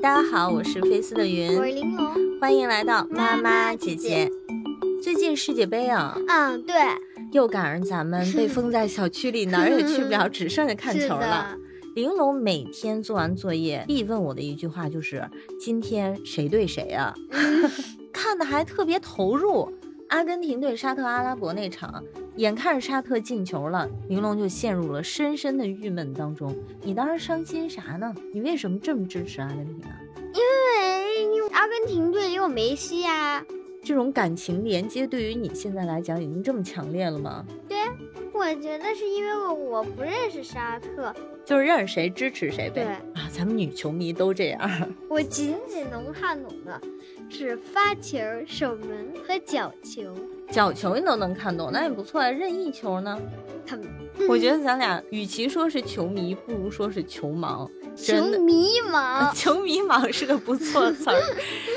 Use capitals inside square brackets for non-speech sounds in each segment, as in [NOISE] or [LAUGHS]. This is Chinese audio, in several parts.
大家好，我是菲斯的云，我是玲珑。欢迎来到妈妈姐姐。最近世界杯啊，嗯，对，又赶上咱们被封在小区里，哪儿也去不了，只剩 [LAUGHS] 下看是球了。的，玲珑每天做完作业必问我的一句话就是：“今天谁对谁啊？” [LAUGHS] 看的还特别投入。阿根廷对沙特阿拉伯那场，眼看着沙特进球了，玲珑就陷入了深深的郁闷当中。你当时伤心啥呢？你为什么这么支持阿根廷啊？因为阿根廷队也有梅西啊呀、这种感情连接对于你现在来讲已经这么强烈了吗？我觉得是因为我我不认识沙特，就是认识谁支持谁呗。对啊，咱们女球迷都这样。我仅仅能看懂的只发球、守门和角球。角球你都能看懂，那也不错啊。任意球呢？他们我觉得咱俩与其说是球迷，不如说是球盲。真的，球迷茫 [LAUGHS] 球迷盲是个不错的词 [LAUGHS] 儿。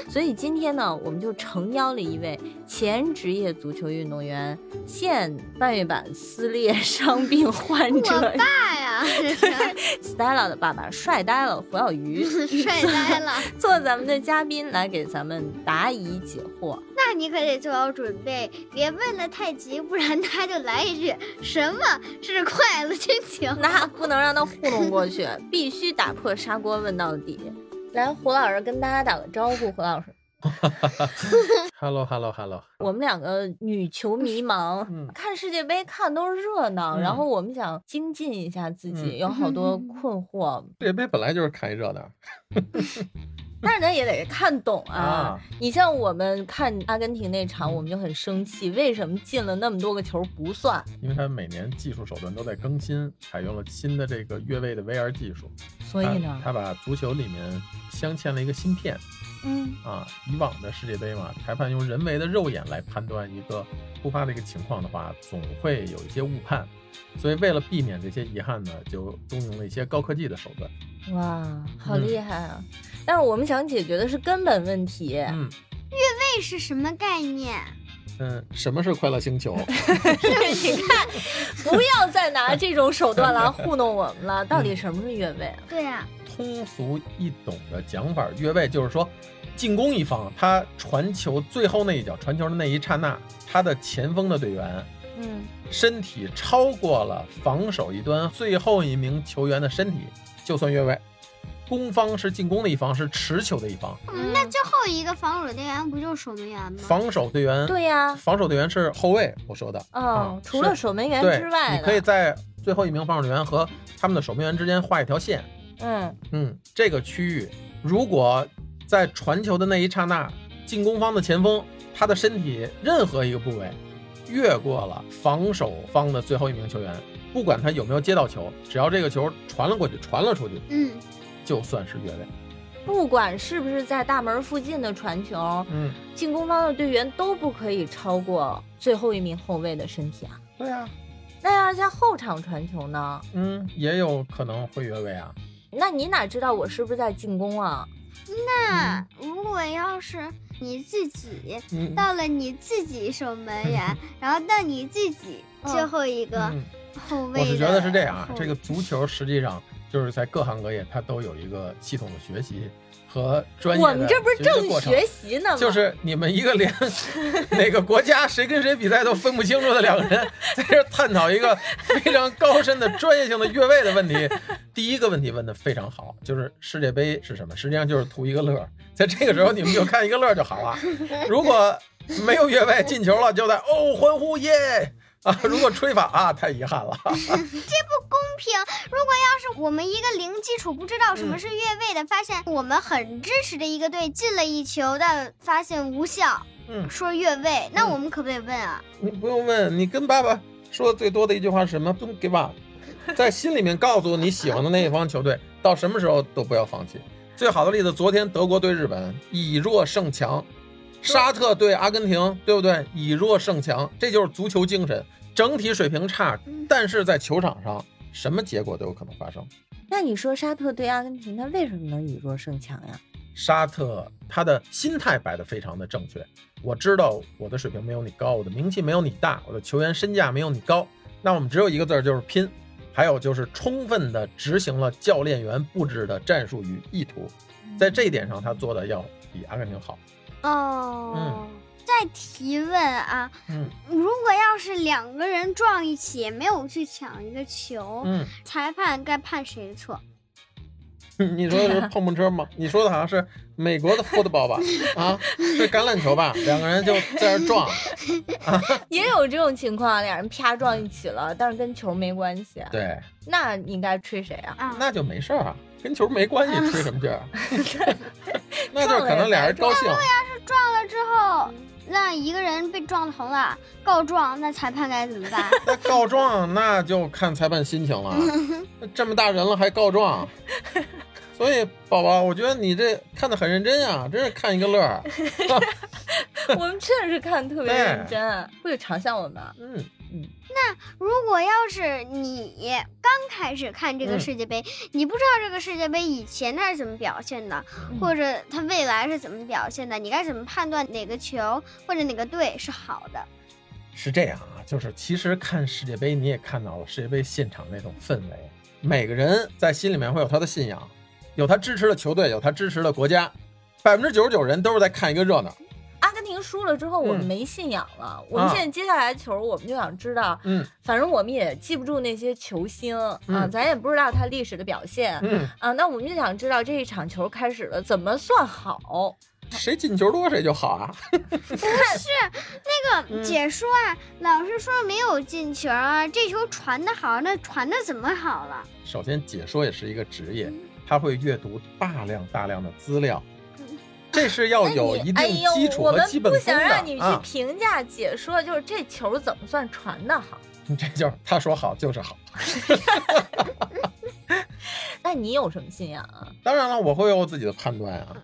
所以今天呢，我们就诚邀了一位前职业足球运动员，现半月板撕裂伤病患我者爸 [LAUGHS] 哎呀，这是 Stella 的爸爸，帅呆了，胡小鱼 [LAUGHS] 帅呆了。做咱们的嘉宾来给咱们答疑解惑。那你可得做好准备，别问的太急，不然他就来一句什么是快乐星球。那不能让他糊弄过 [LAUGHS] 去，必须打破砂锅问到底。来，胡老师跟大家打个招呼。胡老师， h e l l o h e l l o h e l l o 我们两个女球迷盲，嗯看世界杯看都是热闹，嗯然后我们想精进一下自己，嗯有好多困惑，世界杯本来就是看一热闹但是呢也得看懂啊。啊你像我们看阿根廷那场，我们就很生气，为什么进了那么多个球不算？因为它每年技术手段都在更新，采用了新的这个越位的 VR 技术。所以呢它，它把足球里面镶嵌了一个芯片嗯，啊。以往的世界杯嘛，裁判用人为的肉眼来判断一个突发的一个情况的话，总会有一些误判。所以为了避免这些遗憾呢，就动用了一些高科技的手段。哇，好嗯厉害啊！但是我们想解决的是根本问题，嗯这是什么概念？嗯，什么是快乐星球？ [LAUGHS] 你看，不要再拿这种手段来糊弄我们了。到底什么是越位啊？对呀、通俗易懂的讲法，越位就是说，进攻一方他传球最后那一脚传球的那一刹那，他的前锋的队员嗯，身体超过了防守一端最后一名球员的身体，就算越位。攻方是进攻的一方，是持球的一方，嗯那最后一个防守队员不就是守门员吗？防守队员对呀、防守队员是后卫，我说的。哦嗯，除了是守门员对之，外你可以呢，在最后一名防守队员和他们的守门员之间画一条线，嗯，嗯，这个区域如果在传球的那一刹那，进攻方的前锋他的身体任何一个部位越过了防守方的最后一名球员，不管他有没有接到球，只要这个球传了过去，传了出去，嗯，就算是越位。不管是不是在大门附近的传球，嗯，进攻方的队员都不可以超过最后一名后卫的身体啊。对啊，那要是在后场传球呢？嗯，也有可能会越位啊。那你哪知道我是不是在进攻啊？那如果要是你自己嗯，到了你自己守门 [LAUGHS] 员，然后到你自己最后一个嗯后卫、我是觉得是这样啊，这个个足球实际上就是在各行各业它都有一个系统的学习和专业我的们这不是学习的正过程学习呢吗？就是你们一个连 [LAUGHS] 哪个国家谁跟谁比赛都分不清楚的两个人， [LAUGHS] 在这探讨一个非常高深的专业性的越位的问题。 [LAUGHS] 第一个问题问的非常好，就是世界杯是什么？实际上就是图一个乐儿，在这个时候你们就看一个乐儿就好了。如果没有越位进球了，就在哦欢呼耶啊！如果吹罚啊，太遗憾了。公平。如果要是我们一个零基础不知道嗯什么是越位的，发现我们很支持的一个队进了一球，但发现无效，嗯，说越位，那嗯我们可不可以问啊？你不用问，你跟爸爸说的最多的一句话是什么？不给吧，在心里面告诉你喜欢的那一方球队，到什么时候都不要放弃。最好的例子，昨天德国对日本以弱胜强，沙特对阿根廷，对不对？以弱胜强，这就是足球精神。整体水平差，但是在球场上，什么结果都有可能发生。那你说沙特对阿根廷，他为什么能以弱胜强呀？沙特他的心态摆得非常的正确。我知道我的水平没有你高，我的名气没有你大，我的球员身价没有你高。那我们只有一个字儿就是拼，还有就是充分的执行了教练员布置的战术与意图。在这一点上，他做的要比阿根廷好。哦，再提问啊，嗯如果要是两个人撞一起没有去抢一个球，嗯，裁判该判谁的错？嗯你说的是碰碰车吗？你说的好像是美国的 football 吧？啊，是橄榄球吧？两个人就在这儿撞，也有这种情况，俩人啪撞一起了，但是跟球没关系，啊对，那应该吹谁啊？ [LAUGHS] 啊，那就没事儿啊，跟球没关系，吹什么劲 [LAUGHS] 儿？啊那就是可能俩人高兴，撞了之后，那一个人被撞疼了，告状，那裁判该怎么 [LAUGHS] 办？那告状那就看裁判心 [LAUGHS] 情了。这么大人了还告状，所以宝宝，我觉得你这看得很认真啊，真是看一个乐儿。我们确实看得特别认真，啊会嘲笑我们。啊嗯， [LAUGHS] 如果要是你刚开始看这个嗯世界杯，你不知道这个世界杯以前它是怎么表现的，嗯或者它未来是怎么表现的，你该怎么判断哪个球或者哪个队是好的？是这样啊，就是其实看世界杯你也看到了世界杯现场那种氛围，每个人在心里面会有他的信仰，有他支持的球队，有他支持的国家，百分之九十九人都是在看一个热闹。阿根廷输了之后，我们嗯啊没信仰了。我们现在接下来的球，我们就想知道，嗯反正我们也记不住那些球星啊，嗯咱也不知道他历史的表现嗯，啊。那我们就想知道这一场球开始了怎么算好？谁进球多谁就好啊。 [LAUGHS] 那个嗯解说啊，老师说没有进球啊，这球传的好，那传的怎么好了？首先，解说也是一个职业，嗯他会阅读大量大量的资料嗯，这是要有那一你定哎呦基础我和们基本不功想让你的去啊。评价解说，就是这球怎么算传的好？你 [LAUGHS] 这就是他说好就是好。那你有什么信仰啊？当然了，我会有我自己的判断啊，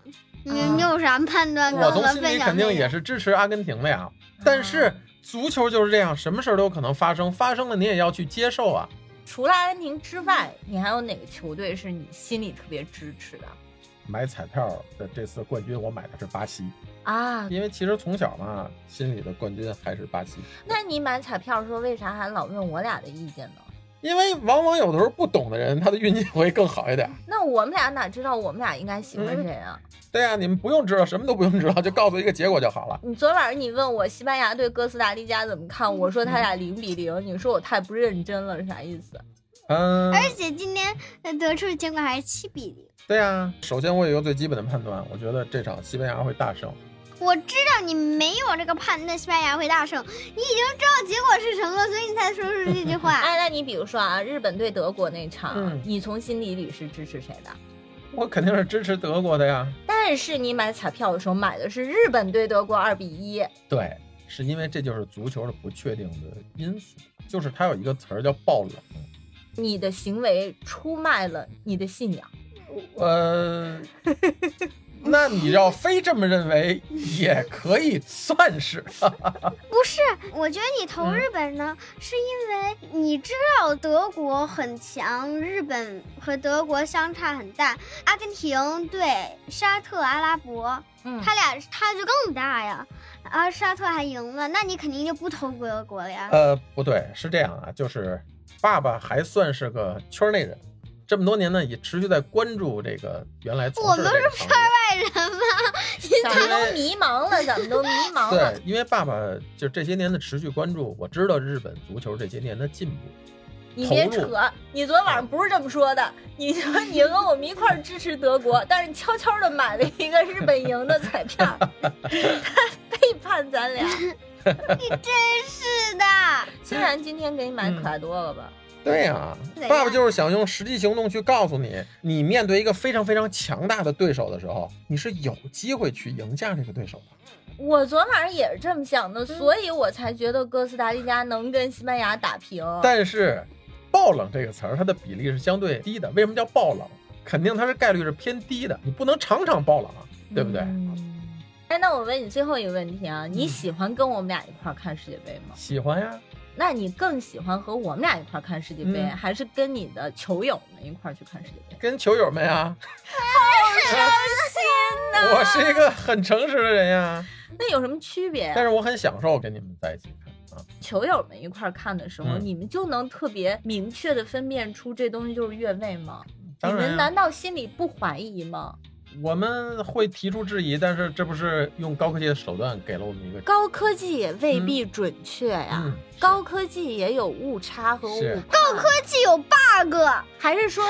你啊你有啥判断？跟我从们心分里享肯定分享也是支持阿根廷的呀。嗯但是足球就是这样，什么事儿都有可能发生，发生了你也要去接受啊。除了阿根廷之外，你还有哪个球队是你心里特别支持的买彩票的这次冠军，我买的是巴西，啊？因为其实从小嘛，心里的冠军还是巴西。那你买彩票的时候，为啥还老问我俩的意见呢？因为往往有的时候不懂的人，他的运气会更好一点。那我们俩哪知道我们俩应该喜欢谁啊？对啊，你们不用知道，什么都不用知道，就告诉一个结果就好了。你昨晚上你问我西班牙对哥斯达黎加怎么看，我说他俩零比零，你说我太不认真了，是啥意思？嗯，而且今天呃得出的结果还是七比零。对啊，首先我有一个最基本的判断，我觉得这场西班牙会大胜。我知道你没有这个判断西班牙会大胜，你已经知道结果是什么了，所以你才说出这句话。哎，那你比如说啊，日本对德国那场，嗯你从心底里是支持谁的？我肯定是支持德国的呀。但是你买彩票的时候买的是日本对德国二比一，对，是因为这就是足球的不确定的因素，就是它有一个词儿叫爆冷。你的行为出卖了你的信仰。呃，那你要非这么认为，也可以算是。不是，我觉得你投嗯日本呢，是因为你知道德国很强，日本和德国相差很大，阿根廷对沙特阿拉伯，嗯他俩差距更大呀。而沙特还赢了，那你肯定就不投德国了呀。 [LAUGHS] 呃，不对，是这样啊，就是爸爸还算是个圈内人，这么多年呢也持续在关注这个原来从我事的们这个行业。外人嘛，咱们都迷茫了，咱们都迷茫了。对，因为爸爸就这些年的持续关注，我知道日本足球这些年的进步。你别投入扯，你昨晚上不是这么说的。你说你和我们一块儿支持德国，但是你悄悄的买了一个日本赢的彩 [LAUGHS] 票，他背叛咱俩。是的，虽然今天给你买嗯可爱多了吧，对呀、对呀爸爸就是想用实际行动去告诉你，你面对一个非常非常强大的对手的时候，你是有机会去赢下这个对手的。我昨晚上也是这么想的，所以我才觉得哥斯达黎加能跟西班牙打平。哦但是，爆冷这个词儿，它的比例是相对低的。为什么叫爆冷？肯定它是概率是偏低的，你不能场场爆冷啊，对不对？嗯哎，那我问你最后一个问题啊，你喜欢跟我们俩一块儿看世界杯吗？喜欢呀，那你更喜欢和我们俩一块儿看世界杯，嗯还是跟你的球友们一块儿去看世界杯？跟球友们呀，天哪！ [LAUGHS] 我是一个很诚实的人呀，那有什么区别但？是我很享受跟你们在一起看啊。球友们一块儿看的时候，嗯你们就能特别明确的分辨出这东西就是越位吗？你当们然、啊难，道心里不怀疑吗？我们会提出质疑，但是这不是用高科技的手段给了我们一个高科技也未必准确呀、嗯高科技也有误差和误是判。高科技有 bug，还是说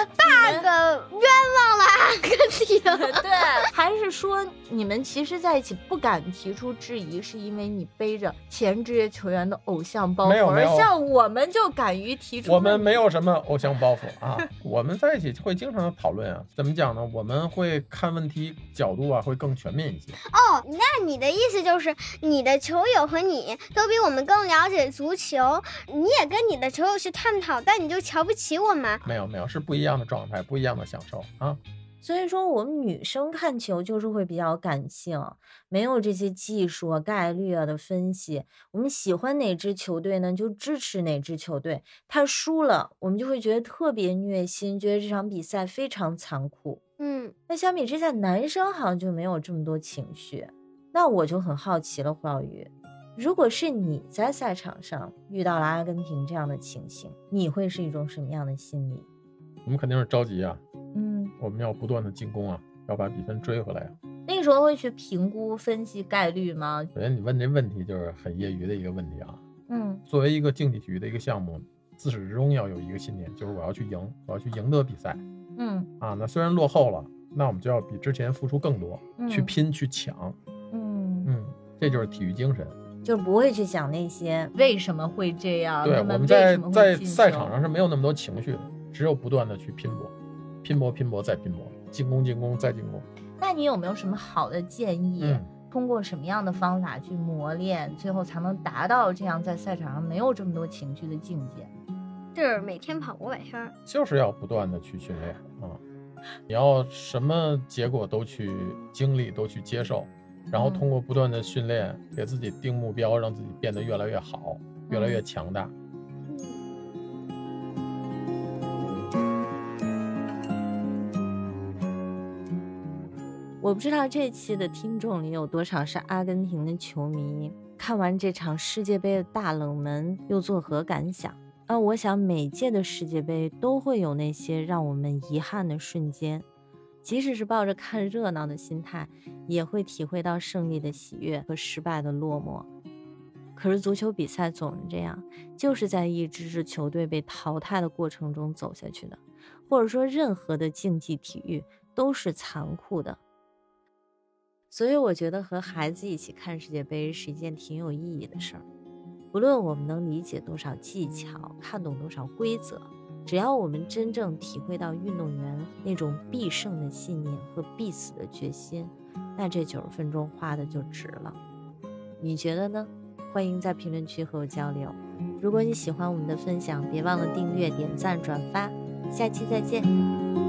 大那个冤枉了阿根 [LAUGHS] 廷。对，还是说你们其实在一起不敢提出质疑，是因为你背着前职业球员的偶像包没有袱，而没有像我们就敢于提出。我们没有什么偶像包袱啊， [LAUGHS] 我们在一起会经常地讨论啊。怎么讲呢？我们会看问题角度啊，会更全面一些。哦，那你的意思就是你的球友和你都比我们更了解足球，你也跟你的球友去探讨，但你就瞧不起我们。没有没有，是不一样的状态，不一样的享受啊。所以说，我们女生看球就是会比较感性，没有这些技术啊、概率啊的分析。我们喜欢哪支球队呢，就支持哪支球队。他输了，我们就会觉得特别虐心，觉得这场比赛非常残酷。嗯，那相比之下，男生好像就没有这么多情绪。那我就很好奇了，胡小鱼，如果是你在赛场上遇到了阿根廷这样的情形，你会是一种什么样的心理？我们肯定是着急啊，嗯，我们要不断的进攻啊，要把比分追回来啊。那个时候会去评估分析概率吗？首先，你问这问题就是很业余的一个问题啊。嗯作为一个竞技体育的一个项目，自始至终要有一个信念，就是我要去赢，我要去赢得比赛嗯啊。那虽然落后了，那我们就要比之前付出更多，去嗯拼去抢，嗯，嗯，这就是体育精神。就不会去想那些为什么会这样，对，他我们啊为在什么会在进赛球场上是没有那么多情绪的，只有不断的去拼搏，拼搏拼搏再拼搏，进攻进攻再进攻。那你有没有什么好的建议？嗯，通过什么样的方法去磨练，最后才能达到这样在赛场上没有这么多情绪的境界？就是每天跑五百圈儿。就是要不断的去训练啊，你要什么结果都去经历，都去接受，然后嗯通过不断的训练，给自己定目标，让自己变得越来越好，越来越强大。我不知道这期的听众里有多少是阿根廷的球迷，看完这场世界杯的大冷门又作何感想？啊，我想每届的世界杯都会有那些让我们遗憾的瞬间，即使是抱着看热闹的心态，也会体会到胜利的喜悦和失败的落寞。可是足球比赛总是这样，就是在一支支球队被淘汰的过程中走下去的，或者说任何的竞技体育都是残酷的。所以我觉得和孩子一起看世界杯是一件挺有意义的事儿。不论我们能理解多少技巧，看懂多少规则，只要我们真正体会到运动员那种必胜的信念和必死的决心，那这九十分钟花的就值了。你觉得呢？欢迎在评论区和我交流。如果你喜欢我们的分享，别忘了订阅、点赞、转发。下期再见。